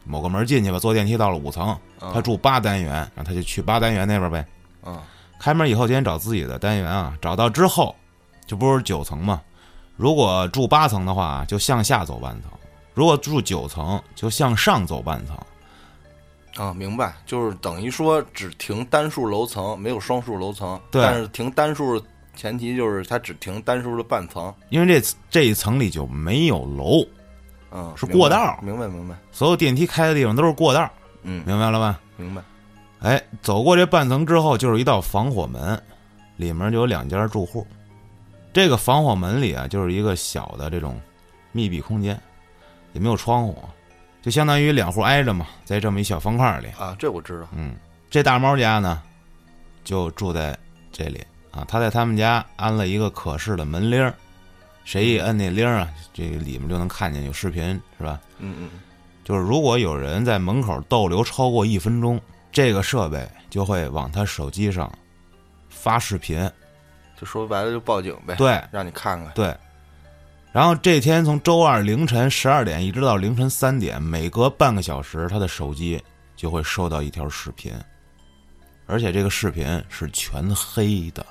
Speaker 1: 某个门进去吧，坐电梯到了五层，他住八单元，然后他就去八单元那边呗。
Speaker 2: 啊，
Speaker 1: 开门以后，先找自己的单元啊，找到之后，这不是九层吗？如果住八层的话，就向下走半层；如果住九层，就向上走半层。
Speaker 2: 啊，明白，就是等于说只停单数楼层，没有双数楼层。
Speaker 1: 对
Speaker 2: 但是停单数前提就是它只停单数的半层。
Speaker 1: 因为这这一层里就没有楼，
Speaker 2: 嗯，
Speaker 1: 是
Speaker 2: 明白
Speaker 1: 过道
Speaker 2: 明白明白，
Speaker 1: 所有电梯开的地方都是过道，
Speaker 2: 嗯，
Speaker 1: 明白了吧？
Speaker 2: 明白。
Speaker 1: 哎，走过这半层之后，就是一道防火门，里面就有两家住户。这个防火门里啊，就是一个小的这种密闭空间，也没有窗户，就相当于两户挨着嘛，在这么一小方块里。
Speaker 2: 啊，这我知道。
Speaker 1: 嗯，这大猫家呢，就住在这里啊。他在他们家安了一个可视的门铃儿，谁
Speaker 2: 嗯
Speaker 1: 一摁那铃儿啊，这个里面就能看见有视频，是吧？
Speaker 2: 嗯嗯，
Speaker 1: 就是如果有人在门口逗留超过一分钟，这个设备就会往他手机上发视频。
Speaker 2: 就说白了就报警呗，
Speaker 1: 对
Speaker 2: 让你看看。
Speaker 1: 对。然后这天从周二凌晨十二点一直到凌晨三点，每隔半个小时，他的手机就会收到一条视频，而且这个视频是全黑的。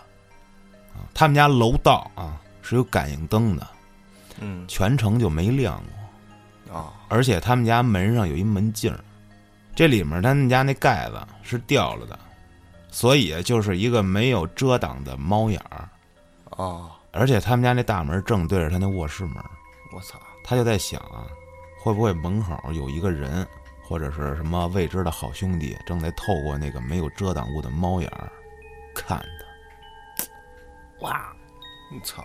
Speaker 1: 啊，他们家楼道啊是有感应灯的，
Speaker 2: 嗯
Speaker 1: 全程就没亮过。
Speaker 2: 啊，
Speaker 1: 而且他们家门上有一门镜儿，这里面他们家那盖子是掉了的，所以就是一个没有遮挡的猫眼儿。
Speaker 2: 哦，
Speaker 1: 而且他们家那大门正对着他那卧室门，
Speaker 2: 我操，
Speaker 1: 他就在想啊，会不会门口有一个人或者是什么未知的好兄弟正在透过那个没有遮挡物的猫眼儿看他？
Speaker 2: 嗯我操，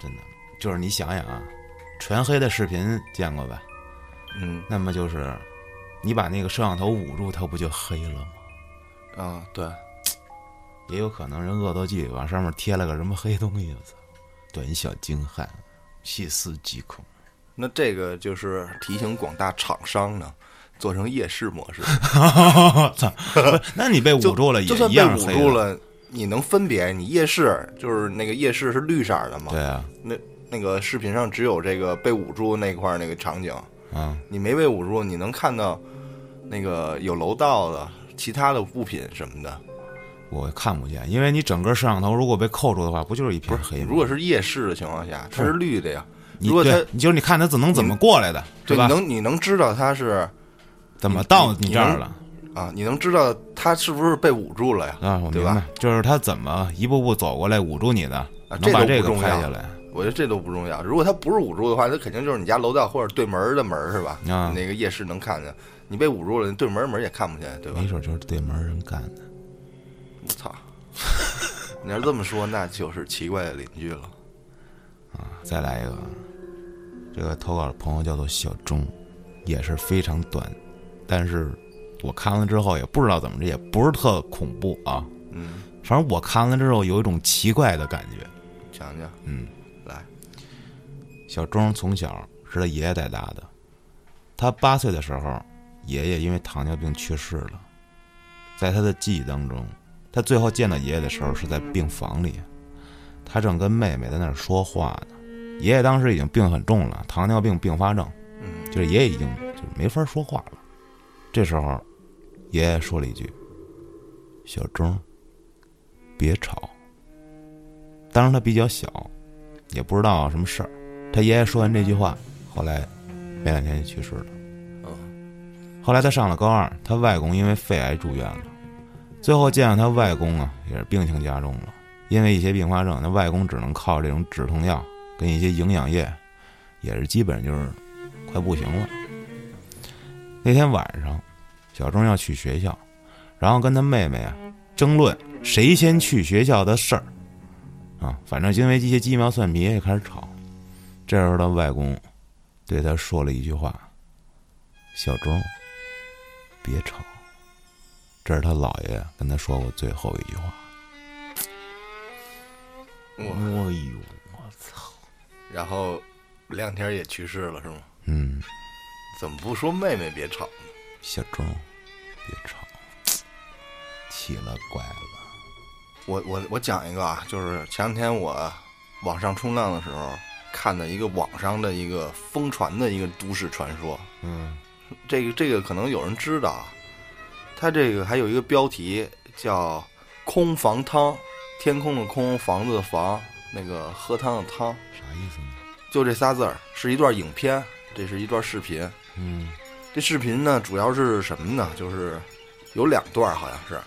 Speaker 1: 真的，就是你想想啊，全黑的视频见过吧？
Speaker 2: 嗯
Speaker 1: 那么就是你把那个摄像头捂住，它不就黑了吗？
Speaker 2: 啊，对，
Speaker 1: 也有可能人恶作剧往上面贴了个什么黑东西，我操！短小精悍，细思极 恐。
Speaker 2: 那这个就是提醒广大厂商呢，做成夜视模 式，
Speaker 1: 操！不是那你被捂
Speaker 2: 就
Speaker 1: 住了也
Speaker 2: 就算
Speaker 1: 一
Speaker 2: 被
Speaker 1: 样
Speaker 2: 捂
Speaker 1: 黑啊
Speaker 2: 住
Speaker 1: 的。
Speaker 2: 了，你能分别？你夜视就是那个夜视是绿色儿的嘛？
Speaker 1: 对啊，
Speaker 2: 那那个视频上只有这个被捂住那块儿那个场景，
Speaker 1: 啊、
Speaker 2: 你没被捂住，你能看到那个有楼道的其他的物品什么的。
Speaker 1: 我看不见，因为你整个摄像头如果被扣住的话，不就是一片黑吗？
Speaker 2: 如果是夜视的情况下，它是绿的呀。
Speaker 1: 你
Speaker 2: 如果它
Speaker 1: 对，你就是你看他怎能怎么过来的，
Speaker 2: 对
Speaker 1: 对
Speaker 2: 你
Speaker 1: 吧？
Speaker 2: 能你能知道它是
Speaker 1: 怎么到
Speaker 2: 你
Speaker 1: 你这儿了
Speaker 2: 啊，你能知道它是不是被捂住了呀？
Speaker 1: 啊？我
Speaker 2: 对
Speaker 1: 明
Speaker 2: 吧啊
Speaker 1: 白，就是他怎么一步步走过来捂住你的，能把
Speaker 2: 这
Speaker 1: 这个
Speaker 2: 都不重
Speaker 1: 拍
Speaker 2: 要
Speaker 1: 下来。
Speaker 2: 我觉得这都不重要。如果它不是捂住的话，它肯定就是你家楼道或者对门儿的门儿是吧？
Speaker 1: 啊
Speaker 2: 那个夜视能看见。你被捂住了，你对门儿门儿也看不见，对吧
Speaker 1: 没？准就是对门人干的。
Speaker 2: 我操！你要这么说，那就是奇怪的邻居了。
Speaker 1: 再来一个，这个投稿的朋友叫做小钟，也是非常短，但是我看了之后也不知道怎么着，也不是特恐怖啊。
Speaker 2: 嗯，
Speaker 1: 反正我看了之后有一种奇怪的感觉。
Speaker 2: 讲讲，
Speaker 1: 嗯，
Speaker 2: 来，
Speaker 1: 小钟从小是他爷爷带大的，他八岁的时候，爷爷因为糖尿病去世了。在他的记忆当中，他最后见到爷爷的时候是在病房里，他正跟妹妹在那儿说话呢。爷爷当时已经病很重了，糖尿病并发症，
Speaker 2: 嗯
Speaker 1: 就是爷爷已经就没法说话了。这时候，爷爷说了一句：“小钟，别吵。”当时他比较小，也不知道什么事儿。他爷爷说完这句话，后来没两天就去世了。
Speaker 2: 嗯
Speaker 1: 后来他上了高二，他外公因为肺癌住院了。最后见到他外公啊，也是病情加重了，因为一些并发症，他外公只能靠这种止痛药跟一些营养液，也是基本就是快不行了。那天晚上，小钟要去学校，然后跟他妹妹啊争论谁先去学校的事儿，啊，反正因为一些鸡毛蒜皮也开始吵。这时候他外公对他说了一句话：“小钟，别吵。这是他姥爷跟他说过最后一句话。
Speaker 2: 我
Speaker 1: 哎呦，
Speaker 2: 然后两天也去世了，是吗？
Speaker 1: 嗯，
Speaker 2: 怎么不说妹妹别吵呢？
Speaker 1: 小钟，别吵，奇了怪了。
Speaker 2: 我我我讲一个啊，就是前两天我网上冲浪的时候看的一个网上的一个疯传的一个都市传说，
Speaker 1: 嗯
Speaker 2: 这个这个可能有人知道，啊，它这个还有一个标题叫“空房汤”，天空的空，房子的房，那个喝汤的汤，
Speaker 1: 啥意思呢？
Speaker 2: 就这仨字儿，是一段影片，这是一段视频。
Speaker 1: 嗯
Speaker 2: 这视频呢，主要是什么呢？就是有两段，好像是，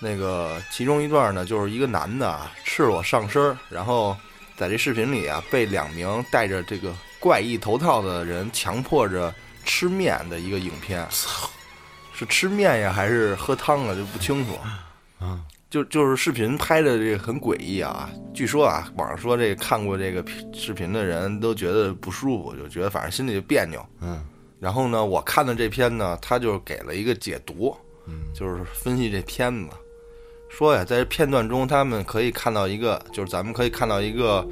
Speaker 2: 那个其中一段呢，就是一个男的啊，赤裸上身儿，然后在这视频里啊，被两名戴着这个怪异头套的人强迫着吃面的一个影片。是吃面呀，还是喝汤啊？就不清楚。
Speaker 1: 啊，
Speaker 2: 就就是视频拍的这个很诡异啊。据说啊，网上说这个看过这个视频的人都觉得不舒服，就觉得反正心里就别扭。
Speaker 1: 嗯
Speaker 2: 然后呢，我看的这篇呢，他就给了一个解读，
Speaker 1: 嗯
Speaker 2: 就是分析这片子，说呀，在这片段中，他们可以看到一个，就是咱们可以看到一个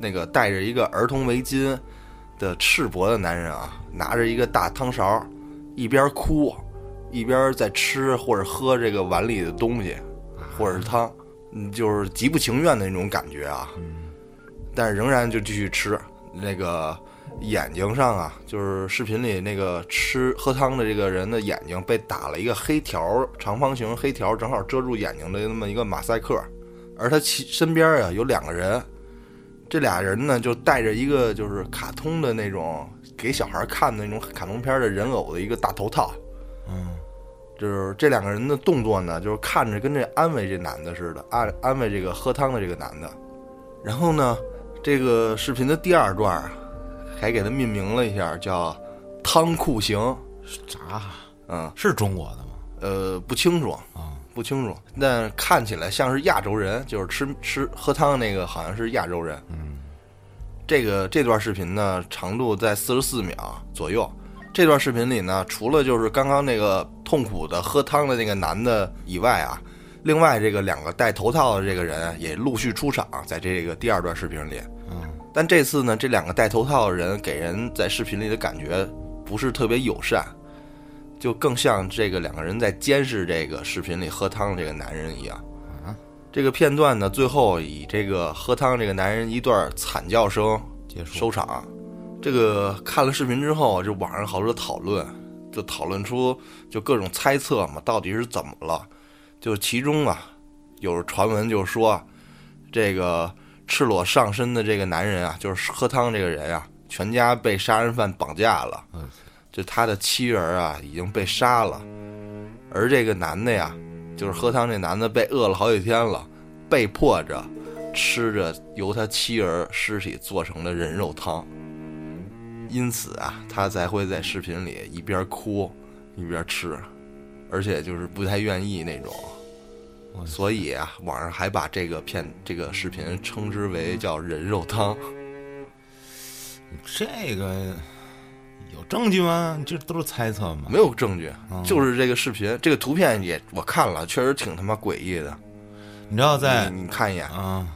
Speaker 2: 那个戴着一个儿童围巾的赤膊的男人啊，拿着一个大汤勺，一边哭，一边在吃或者喝这个碗里的东西，或者是汤，嗯，就是极不情愿的那种感觉啊。但是仍然就继续吃。那个眼睛上啊，就是视频里那个吃喝汤的这个人的眼睛被打了一个黑条，长方形黑条，正好遮住眼睛的那么一个马赛克。而他其身边啊有两个人，这俩人呢就带着一个就是卡通的那种给小孩看的那种卡通片的人偶的一个大头套。
Speaker 1: 嗯
Speaker 2: 就是这两个人的动作呢，就是看着跟这安慰这男的似的，安安慰这个喝汤的这个男的。然后呢，这个视频的第二段啊还给他命名了一下，叫“汤酷刑
Speaker 1: 啥？”。
Speaker 2: 嗯，
Speaker 1: 是中国的吗？
Speaker 2: 呃，不清楚，
Speaker 1: 啊，
Speaker 2: 不清楚，但看起来像是亚洲人，就是吃吃喝汤那个好像是亚洲人。
Speaker 1: 嗯，
Speaker 2: 这个这段视频呢，长度在四十四秒左右。这段视频里呢，除了就是刚刚那个痛苦的喝汤的那个男的以外啊，另外这个两个戴头套的这个人也陆续出场，在这个第二段视频里。
Speaker 1: 嗯，
Speaker 2: 但这次呢，这两个戴头套的人给人在视频里的感觉不是特别友善，就更像这个两个人在监视这个视频里喝汤的这个男人一样。
Speaker 1: 啊，
Speaker 2: 这个片段呢，最后以这个喝汤这个男人一段惨叫声
Speaker 1: 结束
Speaker 2: 收场。这个看了视频之后，就网上好多讨论，就讨论出就各种猜测嘛，到底是怎么了？就其中啊，有传闻就说，啊这个赤裸上身的这个男人啊，就是喝汤这个人啊，全家被杀人犯绑架了
Speaker 1: 哎呦，
Speaker 2: 就他的妻儿啊已经被杀了，而这个男的呀，就是喝汤这男的被饿了好几天了，被迫着吃着由他妻儿尸体做成的人肉汤，因此啊，他才会在视频里一边哭一边吃，而且就是不太愿意那种。
Speaker 1: 哇塞
Speaker 2: 所以啊，网上还把这个片这个视频称之为叫“人肉汤
Speaker 1: 这个有证据吗？这都是猜测”，嘛。
Speaker 2: 没有证据，
Speaker 1: 哦
Speaker 2: 就是这个视频，这个图片也我看了，确实挺他妈诡异的。
Speaker 1: 你知道在
Speaker 2: 你你看一眼，
Speaker 1: 啊，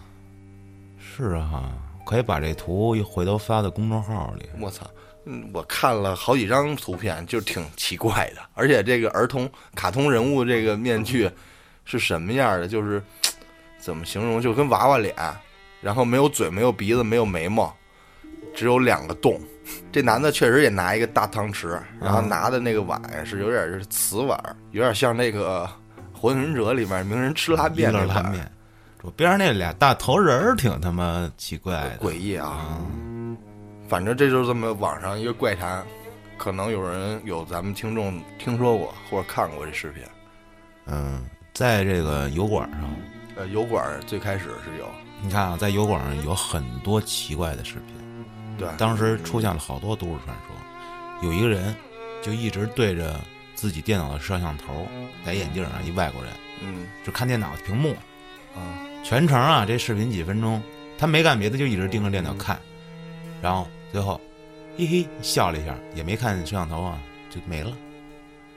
Speaker 1: 是啊哈，可以把这图一回头发到公众号里。
Speaker 2: 我操！嗯，我看了好几张图片，就挺奇怪的。而且这个儿童卡通人物这个面具是什么样的？就是怎么形容？就跟娃娃脸，然后没有嘴，没有鼻子，没有眉毛，只有两个洞。这男的确实也拿一个大汤匙，然后拿的那个碗是有点是瓷碗，有点像那个《火影忍者》里面鸣人吃拉面
Speaker 1: 一
Speaker 2: 那
Speaker 1: 乐拉
Speaker 2: 碗
Speaker 1: 面，我边上那俩大头人儿挺他妈奇怪的。
Speaker 2: 诡异啊！反正这就是这么网上一个怪谈，可能有人有咱们听众听说过或者看过这视频。
Speaker 1: 嗯，在这个油管上，
Speaker 2: 呃，油管儿最开始是有，
Speaker 1: 你看啊，在油管上有很多奇怪的视频，
Speaker 2: 对，
Speaker 1: 当时出现了好多都市传说。有一个人就一直对着自己电脑的摄像头，戴眼镜啊，一外国人
Speaker 2: 嗯
Speaker 1: 就看电脑屏幕，
Speaker 2: 啊
Speaker 1: 全程啊，这视频几分钟，他没干别的，就一直盯着电脑看，然后最后，嘿嘿笑了一下，也没看摄像头啊，就没了，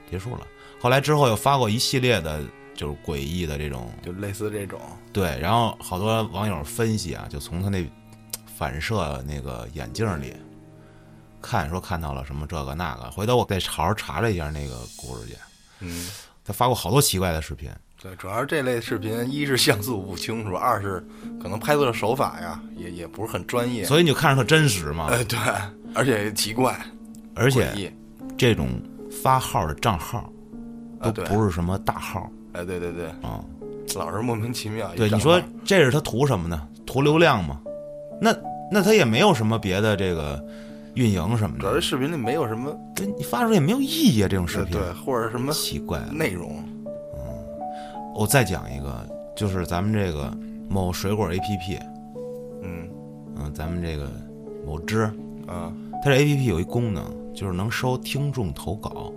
Speaker 1: 结束了。后来之后又发过一系列的，就是诡异的这种
Speaker 2: 就类似这种，
Speaker 1: 对，然后好多网友分析啊，就从他那反射那个眼镜里看，说看到了什么这个那个。回头我再好好查了一下那个故事去，
Speaker 2: 嗯，
Speaker 1: 他发过好多奇怪的视频，
Speaker 2: 对，主要是这类视频，一是像素不清楚，二是可能拍摄的手法呀也也不是很专业，
Speaker 1: 所以你就看着特真实嘛。
Speaker 2: 呃对，而且奇怪，
Speaker 1: 而且
Speaker 2: 诡异，
Speaker 1: 这种发号的账号都
Speaker 2: 啊对
Speaker 1: 不是什么大号
Speaker 2: 哎对对对，
Speaker 1: 啊。
Speaker 2: 老是莫名其妙。
Speaker 1: 对，你
Speaker 2: 一张
Speaker 1: 说
Speaker 2: 网
Speaker 1: 这是他图什么呢？图流量吗？那那他也没有什么别的这个运营什么
Speaker 2: 主要是
Speaker 1: 的，
Speaker 2: 视频里没有什么
Speaker 1: 这你发出来也没有意义啊。这种视
Speaker 2: 呃
Speaker 1: 频
Speaker 2: 对，或者什么
Speaker 1: 奇怪啊。
Speaker 2: 内容，
Speaker 1: 我再讲一个，就是咱们这个某水果 APP，
Speaker 2: 嗯
Speaker 1: 嗯，咱们这个某知，
Speaker 2: 啊。
Speaker 1: 它这 APP 有一功能，就是能收听众投稿，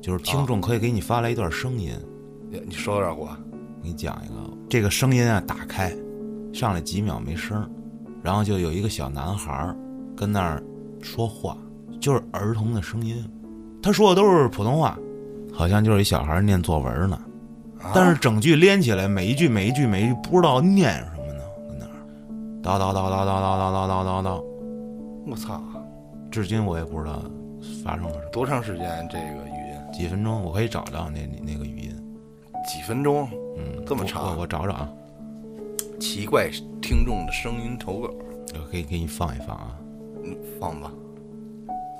Speaker 1: 就是听众可以给你发来一段声音。
Speaker 2: 你你说点话，
Speaker 1: 给你讲一个，这个声音啊，打开，上来几秒没声儿，然后就有一个小男孩儿跟那儿说话，就是儿童的声音，他说的都是普通话，好像就是一小孩儿念作文呢。
Speaker 2: 啊
Speaker 1: 但是整句连起来，每一句每一句每一句不知道念什么呢，跟那儿叨叨叨叨叨叨叨叨叨叨叨，
Speaker 2: 我操，
Speaker 1: 至今我也不知道发生了什么。
Speaker 2: 多长时间这个语音？
Speaker 1: 几分钟我可以找到那那那个语音，
Speaker 2: 几分钟？
Speaker 1: 嗯，
Speaker 2: 这么
Speaker 1: 我
Speaker 2: 长
Speaker 1: 我我找找啊，
Speaker 2: 奇怪听众的声音投稿，
Speaker 1: 我可以给你放一放啊。
Speaker 2: 嗯，放吧。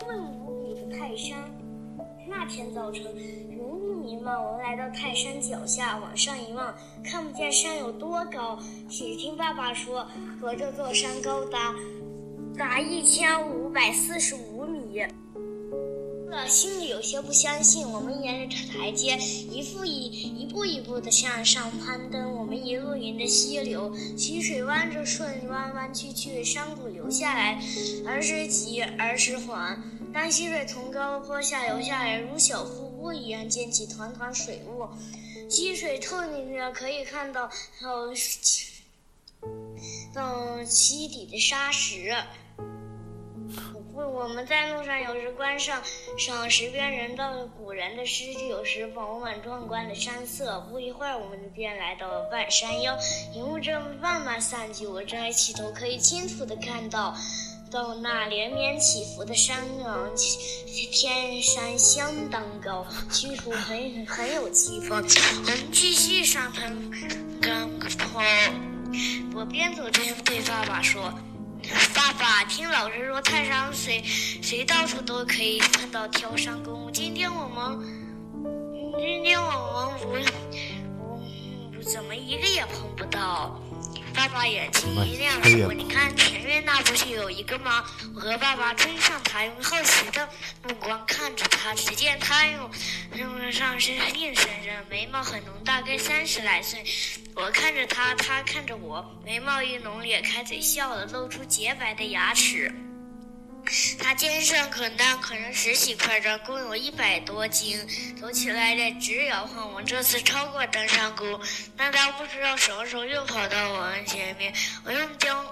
Speaker 3: 问无你的泰山。那天早晨，如雾弥漫，我们来到泰山脚下，往上一望，看不见山有多高，只听爸爸说，和这座山高达达一千五百四十五米。我心里有些不相信。我们沿着台阶一步一一步一步的向上攀登，我们一路沿着溪流，溪水弯着顺弯弯曲曲，山谷流下来，而时急而时缓。当溪水从高坡下流下来，如小瀑布一样溅起团团水雾，溪水透明的，可以看到有到呃溪底的沙石。我们在路上有时观赏赏石边人造的古人的诗句，有时饱览壮观的山色。不一会儿，我们便来到了半山腰，云雾正慢慢散去，我正抬起头，可以清楚地看到。到那连绵起伏的山峦，天山相当高，去处很很有气风。我们继续上盆跟坡，我边走边对爸爸说：“爸爸，听老师说，泰山谁谁到处都可以碰到挑山公墓。今天我们，今天我们不不不怎么一个也碰不到。”爸爸眼睛一亮，说：“你看前面那不是有一个吗？”我和爸爸追上他，用好奇的目光看着他。只见他用用上身硬生生，眉毛很浓，大概三十来岁。我看着他，他看着我，眉毛一浓，咧开嘴笑了，露出洁白的牙齿。他肩上可担可能十几块砖，共有一百多斤，走起来得直摇晃。我这次超过登山姑，但他不知道什么时候又跑到我们前面。我用将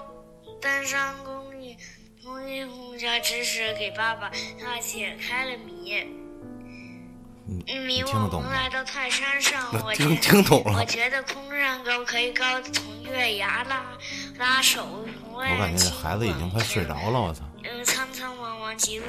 Speaker 3: 登山公寓公寓公家知识给爸爸，他解开了谜。嗯
Speaker 1: 你嗯你
Speaker 3: 迷
Speaker 1: 听得
Speaker 3: 惘
Speaker 1: 懂
Speaker 3: 从
Speaker 1: 吗？
Speaker 3: 来到泰山上，我觉
Speaker 2: 听听懂
Speaker 3: 我
Speaker 2: 了，
Speaker 3: 觉得空上高可以高从月牙拉拉手。我
Speaker 1: 我感觉这孩子已经快睡着了，我操！
Speaker 3: 嗯，苍苍茫茫几路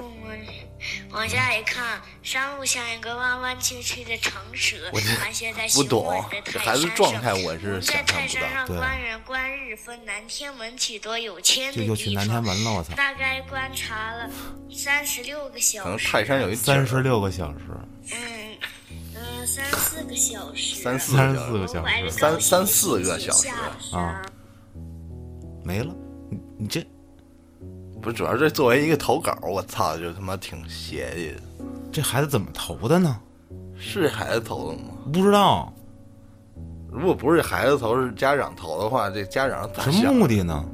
Speaker 3: 往往下一看，山路像一个弯弯曲曲的长蛇，盘旋在
Speaker 2: 不
Speaker 3: 雄
Speaker 2: 懂
Speaker 3: 伟的
Speaker 2: 这
Speaker 3: 泰
Speaker 2: 孩
Speaker 3: 山
Speaker 2: 子
Speaker 3: 上。
Speaker 2: 状态，我
Speaker 3: 我
Speaker 2: 是
Speaker 3: 们在
Speaker 2: 想象
Speaker 3: 泰
Speaker 2: 不
Speaker 3: 山
Speaker 2: 到。
Speaker 3: 上
Speaker 1: 对
Speaker 3: 观人观日分南天门许多有签的
Speaker 1: 就又去南天门了，我操！
Speaker 3: 大概观察了三十六
Speaker 2: 可
Speaker 3: 个
Speaker 2: 能
Speaker 3: 小时，
Speaker 2: 泰山有一景儿
Speaker 1: 三十六个小时，
Speaker 3: 嗯嗯，三四个小时，
Speaker 2: 三四
Speaker 1: 三
Speaker 2: 个
Speaker 1: 十
Speaker 2: 小
Speaker 1: 四
Speaker 2: 时，
Speaker 1: 个小时
Speaker 2: 三三四个小时
Speaker 1: 啊没了。你你这
Speaker 2: 不是主要是作为一个投稿，我操，就他妈挺邪气的。
Speaker 1: 这孩子怎么投的呢？
Speaker 2: 是这孩子投的吗？
Speaker 1: 不知道
Speaker 2: 如果不是这孩子投，是家长投的话，这家长咋
Speaker 1: 什
Speaker 2: 想
Speaker 1: 么？目的呢？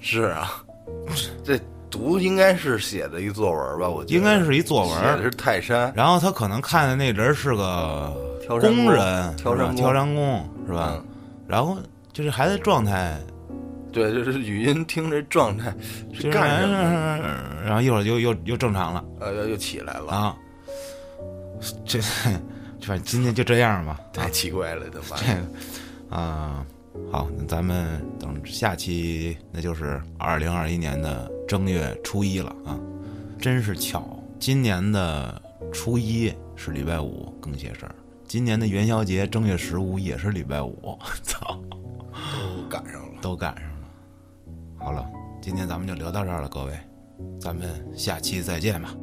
Speaker 2: 是啊， 这读应该是写的一作文吧？我觉得
Speaker 1: 应该是一作
Speaker 2: 写的
Speaker 1: 文，
Speaker 2: 是泰山，
Speaker 1: 然后他可能看的那人是个
Speaker 2: 挑山工
Speaker 1: 工人，
Speaker 2: 挑
Speaker 1: 是吧
Speaker 2: 山工
Speaker 1: 挑山工是吧
Speaker 2: 嗯？
Speaker 1: 然后就这孩子状态，
Speaker 2: 对，就是语音听这状态
Speaker 1: 就是
Speaker 2: 干什么？
Speaker 1: 然后一会儿就又又又正常了
Speaker 2: 呃，又又起来了，
Speaker 1: 啊。这 反正今天就这样吧。
Speaker 2: 太奇怪了，他 妈！
Speaker 1: 这个哎啊、好，那咱们等下期，那就是二零二一年的正月初一了啊！真是巧，今年的初一是礼拜五更些事儿，今年的元宵节正月十五也是礼拜五， 操，
Speaker 2: 都赶上了，
Speaker 1: 都赶上了。好了，今天咱们就聊到这儿了，各位，咱们下期再见吧。